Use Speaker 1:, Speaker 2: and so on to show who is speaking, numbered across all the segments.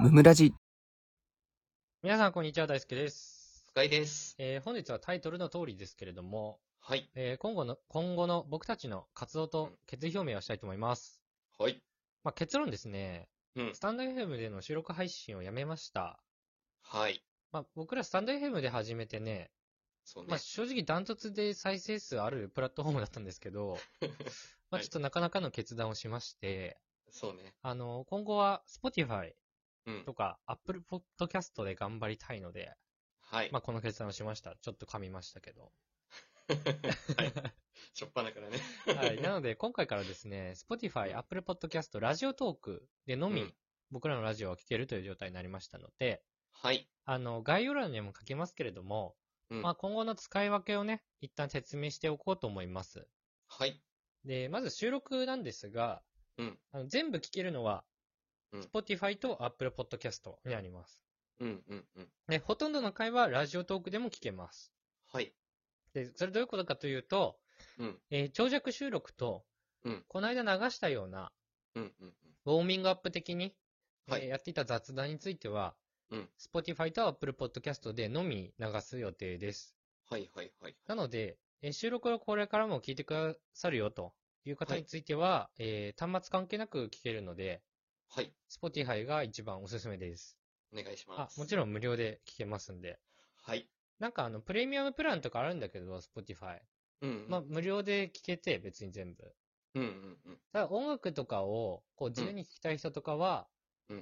Speaker 1: ムラジ。
Speaker 2: 皆さん、こんにちは。大輔です。
Speaker 3: 深井です。
Speaker 2: えー本日はタイトルの通りですけれども、
Speaker 3: はい。
Speaker 2: えー今後の、今後の僕たちの活動と決意表明をしたいと思います。
Speaker 3: はい。
Speaker 2: まあ、結論ですね、
Speaker 3: うん
Speaker 2: ス。タンド FM での収録配信をやめました。
Speaker 3: はい。
Speaker 2: まあ、僕らスタンド FM で始めてね、
Speaker 3: そうね。
Speaker 2: まあ、正直ダントツで再生数あるプラットフォームだったんですけ ど、まあ、ちょっとなかなかの決断をしまして、
Speaker 3: そうね。
Speaker 2: あの、今後は Spotify
Speaker 3: うん
Speaker 2: と。か Apple Podcast で頑張りたいので、
Speaker 3: はい。
Speaker 2: まあ、この決断をしました。ちょっと噛みましたけど。
Speaker 3: はい。しょっぱなからね。
Speaker 2: はい。なので、今回からですね、Spotify、Apple Podcast、ラジオトークでのみ、
Speaker 3: うん
Speaker 2: 僕らのラジオは聞けるという状態になりましたので、
Speaker 3: はい。
Speaker 2: あの、概要欄にも書きますけれども、
Speaker 3: うん
Speaker 2: まあ、今後の使い分けをね、一旦説明しておこうと思います。
Speaker 3: はい。
Speaker 2: で、まず収録なんですが、
Speaker 3: うん
Speaker 2: あの全部聞けるのは、
Speaker 3: うん
Speaker 2: Spotify と Apple Podcast になります。
Speaker 3: うんうんうん。
Speaker 2: で、ほとんどの回はラジオトークでも聞けます。
Speaker 3: はい。
Speaker 2: で、それどういうことかというと、
Speaker 3: うん
Speaker 2: えー長尺収録と、
Speaker 3: うん
Speaker 2: この間流したような、
Speaker 3: うんうんうん。
Speaker 2: ウォーミングアップ的に、
Speaker 3: はい
Speaker 2: えーやっていた雑談については、
Speaker 3: うん
Speaker 2: Spotify と Apple Podcast でのみ流す予定です。
Speaker 3: はいはいはい。
Speaker 2: なので、えー収録をこれからも聞いてくださるよという方
Speaker 3: はい
Speaker 2: については、えー端末関係なく聞けるので、
Speaker 3: はい。
Speaker 2: Spotify が一番おすすめです。
Speaker 3: お願いし
Speaker 2: あ
Speaker 3: ま、す。
Speaker 2: もちろん無料で聞けますんで。
Speaker 3: はい。
Speaker 2: なんかあの、プレミアムプランとかあるんだけど、Spotify。
Speaker 3: うんうん。
Speaker 2: まあ、無料で聞けて、別に全部。
Speaker 3: うんうんうん。
Speaker 2: ただ音楽とかを、こう、自由に聞きたい人とかは、
Speaker 3: うん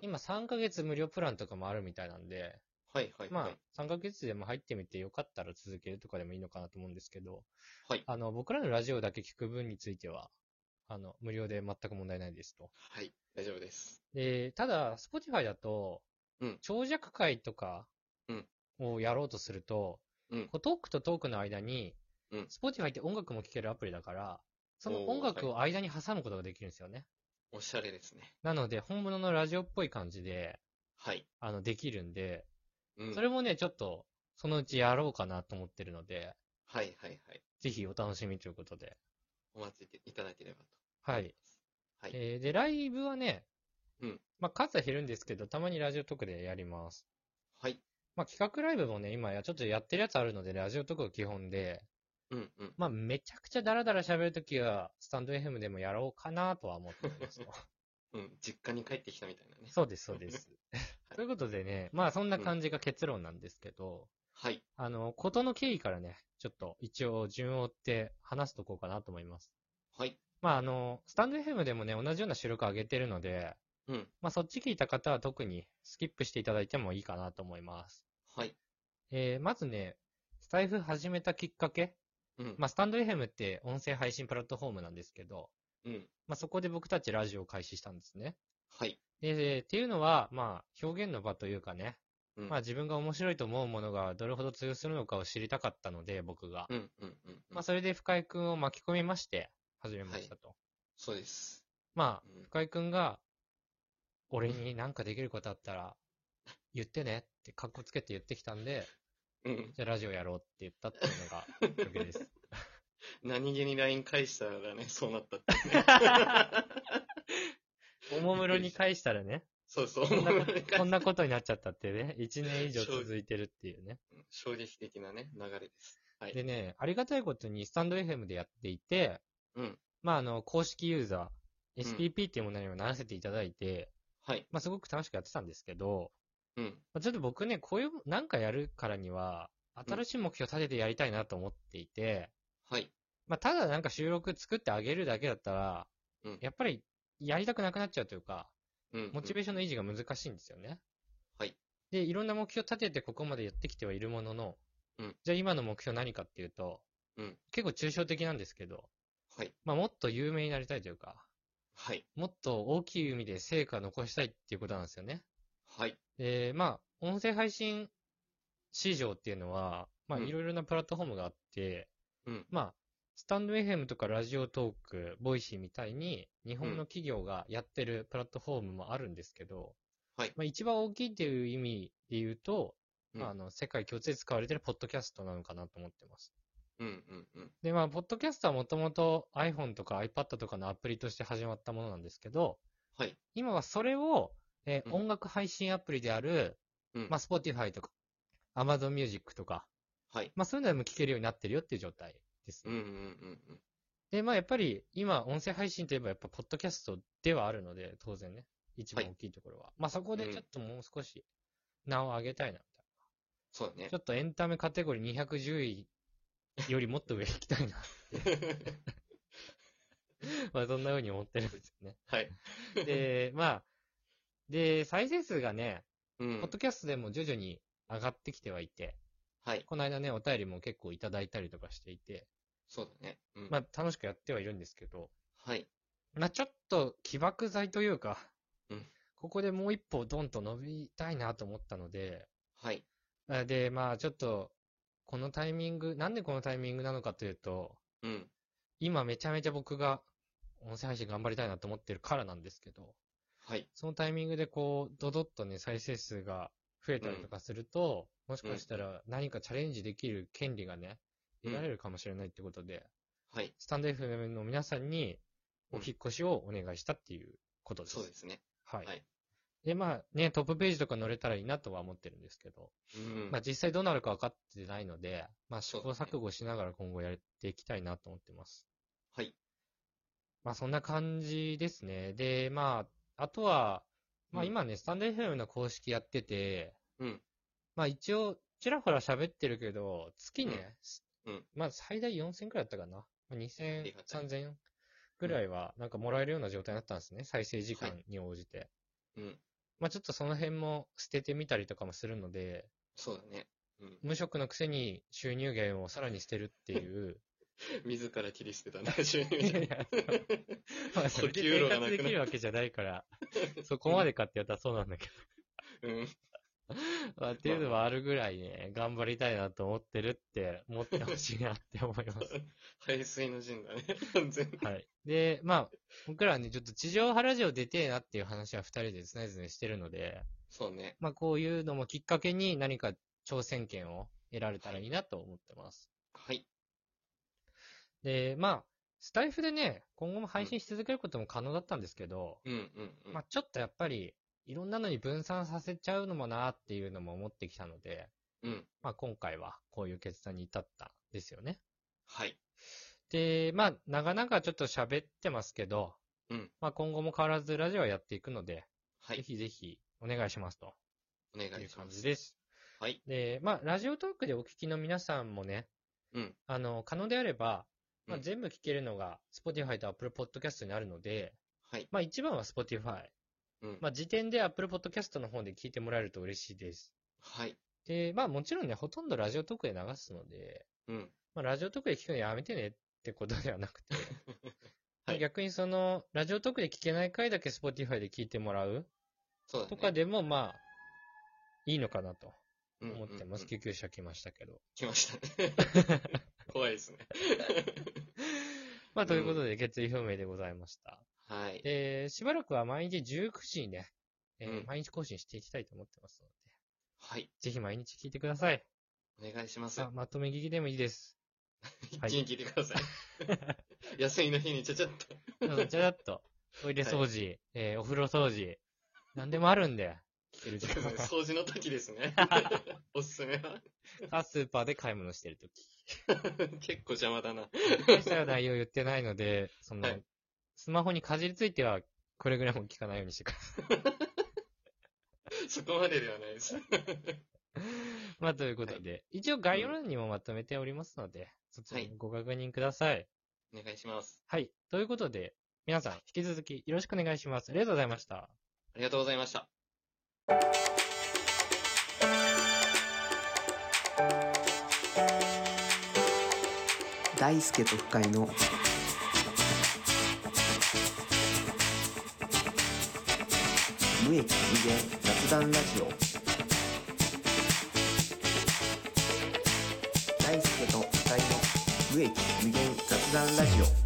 Speaker 2: 今3ヶ月無料プランとかもあるみたいなんで、
Speaker 3: はいはいは
Speaker 2: ま
Speaker 3: い。
Speaker 2: あ、3ヶ月でも入ってみて、よかったら続けるとかでもいいのかなと思うんですけど、
Speaker 3: はい
Speaker 2: あの、僕らのラジオだけ聞く分については、あの、無料で全く問題ないですと。
Speaker 3: はい。大丈夫です。
Speaker 2: で、ただ、Spotify だと、
Speaker 3: うん
Speaker 2: 長尺会とか
Speaker 3: うん
Speaker 2: をやろうとすると、
Speaker 3: うん
Speaker 2: こうトークとトークの間に、
Speaker 3: うん
Speaker 2: Spotify って音楽も聴けるアプリだから、その
Speaker 3: おー
Speaker 2: 音楽を間に挟むことができるんですよね。
Speaker 3: おしゃれですね。
Speaker 2: なので、本物のラジオっぽい感じで、
Speaker 3: はい。
Speaker 2: あの、できるんで、
Speaker 3: うん。
Speaker 2: それもね、ちょっと、そのうちやろうかなと思ってるので、
Speaker 3: はいはいはい。
Speaker 2: ぜひお楽しみということで。
Speaker 3: お待ちいただければと。
Speaker 2: はい。。
Speaker 3: はい。
Speaker 2: えーで、ライブはね、
Speaker 3: うん
Speaker 2: まあ、数は減るんですけど、たまにラジオトークでやります。
Speaker 3: はい。
Speaker 2: まあ、企画ライブもね、今や、ちょっとやってるやつあるので、ラジオトークが基本で、
Speaker 3: うんうん。
Speaker 2: まあ、めちゃくちゃダラダラ喋るときは、スタンド FM でもやろうかなとは思ってますと。
Speaker 3: うん。実家に帰ってきたみたいなね。
Speaker 2: そうです、そうです。 ということでね、まあ、そんな感じが結論なんですけど、
Speaker 3: はい。
Speaker 2: あの、ことの経緯からね、ちょっと一応順を追って話すとこうかなと思います。
Speaker 3: はい。
Speaker 2: まあ、あの、スタンド FM でもね、同じような収録上げてるので、
Speaker 3: うん。
Speaker 2: まあ、そっち聞いた方は特にスキップしていただいてもいいかなと思います。
Speaker 3: はい。
Speaker 2: えー、まずね、スタイフ始めたきっかけ。
Speaker 3: うん。
Speaker 2: まあ、スタンド FM って音声配信プラットフォームなんですけど、
Speaker 3: うん。
Speaker 2: まあ、そこで僕たちラジオを開始したんですね。
Speaker 3: はい。
Speaker 2: で、えーっていうのは、まあ、表現の場というかね、
Speaker 3: うん
Speaker 2: まあ、自分が面白いと思うものがどれほど通用するのかを知りたかったので、僕が。
Speaker 3: うんうんうんうん。
Speaker 2: まあ、それで深井くんを巻き込みまして、始めましたと。
Speaker 3: そうです。
Speaker 2: まあ、
Speaker 3: うん
Speaker 2: 深井くんが、俺に何かできることあったら、言ってねって、かっこつけて言ってきたんで、
Speaker 3: うん。
Speaker 2: じゃあラジオやろうって言ったっていうのが、きっ かけです。
Speaker 3: 何気に LINE 返したらね、そうなったっていうね。
Speaker 2: おもむろに返したらね、
Speaker 3: そうそう。
Speaker 2: こんなこと
Speaker 3: 返し
Speaker 2: こんなことになっちゃったってね、1年以上続いてるっていうね。
Speaker 3: 衝撃的なね、流れです。はい。
Speaker 2: でね、ありがたいことにスタンド FM でやっていて、
Speaker 3: うん。
Speaker 2: まあ、あの、公式ユーザー、
Speaker 3: ん
Speaker 2: SPP っていうものにもならせていただいて、
Speaker 3: はい。
Speaker 2: まあ、すごく楽しくやってたんですけど、
Speaker 3: うん。
Speaker 2: まあちょっと僕ね、こういう、なんかやるからには、新しい目標立ててやりたいなと思っていて、
Speaker 3: はい。
Speaker 2: まあ、ただなんか収録作ってあげるだけだったら、
Speaker 3: うん
Speaker 2: やっぱりやりたくなくなっちゃうというか、
Speaker 3: うん。
Speaker 2: モチベーションの維持が難しいんですよね。
Speaker 3: はい。
Speaker 2: で、いろんな目標立ててここまでやってきてはいるものの、
Speaker 3: うん
Speaker 2: じゃあ今の目標何かっていうと、
Speaker 3: うん
Speaker 2: 結構抽象的なんですけど、
Speaker 3: はい。
Speaker 2: まあ、もっと有名になりたいというか、
Speaker 3: はい。
Speaker 2: もっと大きい意味で成果を残したいっていうことなんですよね。
Speaker 3: はい。
Speaker 2: で、まあ、音声配信市場っていうのは、まあ、
Speaker 3: うん
Speaker 2: いろいろなプラットフォームがあって、
Speaker 3: うん。
Speaker 2: まあ、スタンド FM とかラジオトーク、ボイシーみたいに、日本の企業がやってるプラットフォームもあるんですけど、
Speaker 3: はい
Speaker 2: まあ、一番大きいっていう意味で言うと、
Speaker 3: うん
Speaker 2: まあ、あの、世界共通で使われてるポッドキャストなのかなと思ってます。
Speaker 3: うん。うん。うん。
Speaker 2: で、まあ、ポッドキャストはもともと iPhone とか iPad とかのアプリとして始まったものなんですけど、
Speaker 3: はい。
Speaker 2: 今はそれをで、
Speaker 3: うん
Speaker 2: 音楽配信アプリである、
Speaker 3: うん
Speaker 2: まあ、Spotify とか、Amazon Music とか、
Speaker 3: はい。
Speaker 2: まあ、そういうのでも聴けるようになってるよっていう状態です
Speaker 3: う
Speaker 2: ね。
Speaker 3: んうんうんうん。
Speaker 2: で、まあ、やっぱり、今、音声配信といえば、やっぱ、ポッドキャストではあるので、当然ね。一番
Speaker 3: はい
Speaker 2: 大きいところは。まあ、そこで
Speaker 3: うん
Speaker 2: ちょっともう少し、名を上げたいな、みたい
Speaker 3: そうだね
Speaker 2: な。ちょ。っとエンタメカテゴリー210位よりもっと上行きた いな。まあ、そんな風に思ってるんですよ
Speaker 3: はい。
Speaker 2: ね。で、まあ、で、再生数がね、
Speaker 3: うん
Speaker 2: ポッ。ドキャストでも徐々に上がってきてはいて、
Speaker 3: はい。
Speaker 2: この間ね、お便りも結構いただいたりとかしていて、
Speaker 3: そうだね。うん。
Speaker 2: まあ、楽しくやってはいるんですけど、
Speaker 3: はい。
Speaker 2: まあ、ちょっと起爆剤というか、
Speaker 3: うん
Speaker 2: ここでもう一歩ドンと伸びたいなと思ったので、
Speaker 3: はい。
Speaker 2: あで、まあ、ちょっと、このタイミング、なんでこのタイミングなのかというと、
Speaker 3: うん。
Speaker 2: 今めちゃめちゃ僕が音声配信頑張りたいなと思ってるからなんですけど、
Speaker 3: はい。
Speaker 2: そのタイミングでこう、ドドッとね、再生数が増えたりとかすると、もしかしたら何かチャレンジできる権利がね、
Speaker 3: うん
Speaker 2: 得られるかもしれないってことで、
Speaker 3: はい。
Speaker 2: スタンド FM の皆さんにお
Speaker 3: うん
Speaker 2: 引っ越しをお願いしたっていうことです。
Speaker 3: そうですね。
Speaker 2: はい。
Speaker 3: はい
Speaker 2: で、まあね、トップページとか載れたらいいなとは思ってるんですけど、
Speaker 3: うん
Speaker 2: まあ実際どうなるか分かってないので、まあ試
Speaker 3: そう
Speaker 2: 行
Speaker 3: ですね
Speaker 2: 錯誤しながら今後やっていきたいなと思ってます。
Speaker 3: はい。
Speaker 2: まあそんな感じですね。で、まあ、あとは、まあ
Speaker 3: うん
Speaker 2: 今ね、スタンド FM の公式やってて、
Speaker 3: うん。
Speaker 2: まあ一応、ちらほら喋ってるけど、月ね、
Speaker 3: うんうん
Speaker 2: まあ最大4000くらいだったかな。まあ
Speaker 3: あり
Speaker 2: 2000
Speaker 3: が、たい
Speaker 2: 3000くらいは、なんかもらえるような状態になったんですね。再生時
Speaker 3: は
Speaker 2: 間に応じて。
Speaker 3: うん。
Speaker 2: まあちょっとその辺も捨ててみたりとかもするので、
Speaker 3: そうだね。うん。
Speaker 2: 無職のくせに収入源をさらに捨てるっていう。
Speaker 3: 自ら切り捨てたね、 収入
Speaker 2: いやい
Speaker 3: 者
Speaker 2: やまあ それで
Speaker 3: 給料
Speaker 2: 生
Speaker 3: がなくな
Speaker 2: 活
Speaker 3: る
Speaker 2: できるわけじゃない から、そこまでかってやったらそうなんだけど。
Speaker 3: うん。
Speaker 2: まあっていうのはあるぐらいね、頑張りたいなと思ってるって、思ってほしいなって思います。
Speaker 3: 排水の陣だね、 完全に。
Speaker 2: はい。で、まあ、僕らはね、ちょっと地上波ラジオ出てえなっていう話は二人で常々してるので、
Speaker 3: そうね。
Speaker 2: まあこういうのもきっかけに何か挑戦権を得られたらいいなと思ってます。
Speaker 3: はい。
Speaker 2: で、まあ、スタイフでね、今後も配信し続けることも可能だったんですけど、
Speaker 3: うんうんうん。
Speaker 2: まあちょっとやっぱり、いろんなのに分散させちゃうのもなっていうのも思ってきたので、
Speaker 3: うん。
Speaker 2: まあ今回はこういう決断に至ったんですよね。
Speaker 3: はい。
Speaker 2: で、まあ、長々ちょっと喋ってますけど、
Speaker 3: うん
Speaker 2: まあ今後も変わらずラジオはやっていくので、
Speaker 3: は
Speaker 2: ぜ
Speaker 3: い。
Speaker 2: ひぜひお願いしますと
Speaker 3: お願
Speaker 2: い
Speaker 3: いうし
Speaker 2: 感
Speaker 3: ま
Speaker 2: じ
Speaker 3: す。
Speaker 2: です。
Speaker 3: はい。
Speaker 2: で、まあ、ラジオトークでお聞きの皆さんもね、
Speaker 3: うん。
Speaker 2: あの、可能であれば、まあ、
Speaker 3: うん
Speaker 2: 全部聞けるのが Spotify と Apple Podcast になるので、
Speaker 3: はい。
Speaker 2: まあ一番は Spotify。
Speaker 3: うん。
Speaker 2: まあ時点で Apple Podcast の方で聞いてもらえると嬉しいです。
Speaker 3: はい。
Speaker 2: で、まあもちろんね、ほとんどラジオトークで流すので、
Speaker 3: うん。
Speaker 2: まあラジオトークで聞くのやめてねってことではなくて、
Speaker 3: はい
Speaker 2: 逆にその、ラジオトークで聞けない回だけ Spotify で聞いてもらう
Speaker 3: そうだね。
Speaker 2: とかでもまあ、いいのかなと
Speaker 3: うん
Speaker 2: 思ってます。
Speaker 3: うんうん
Speaker 2: 救急車来ましたけど。
Speaker 3: 来ました ね。怖いですね。
Speaker 2: まあ、ということで、決意表明でございました。
Speaker 3: はい。
Speaker 2: で、しばらくは毎日19時にね、えー
Speaker 3: うん
Speaker 2: 毎日更新していきたいと思ってますので、
Speaker 3: はい。
Speaker 2: ぜひ毎日聞いてください。
Speaker 3: お願いします。
Speaker 2: あまとめ聞きでもいいです。
Speaker 3: 一
Speaker 2: はい
Speaker 3: 気に聞いて く ださい。休みの日にちゃちゃっと。
Speaker 2: なのでちゃらっと、トイレ掃除、えーお風呂掃除、なんでもあるんで、聞ける時間 は。
Speaker 3: 掃除の時で すね。おすすめは。
Speaker 2: あスーパーで買い物してるとき。
Speaker 3: 結構邪魔だな。
Speaker 2: 大した内容言ってないので、その、
Speaker 3: はい
Speaker 2: スマホにかじりついては、これぐらいも聞かないようにしてください。
Speaker 3: そこまでではないです。
Speaker 2: まあ、という ことで、一応概要欄にもまとめておりますので、そちら
Speaker 3: は
Speaker 2: もご確認ください。
Speaker 3: お願いします。
Speaker 2: はい。ということで、皆さん、引き続きよろしくお願いします。ありがとうございました。
Speaker 3: ありがとうございました。
Speaker 1: 大輔と深井の無益無限雑談ラジオ大輔と深井の無益無限雑談ラジオ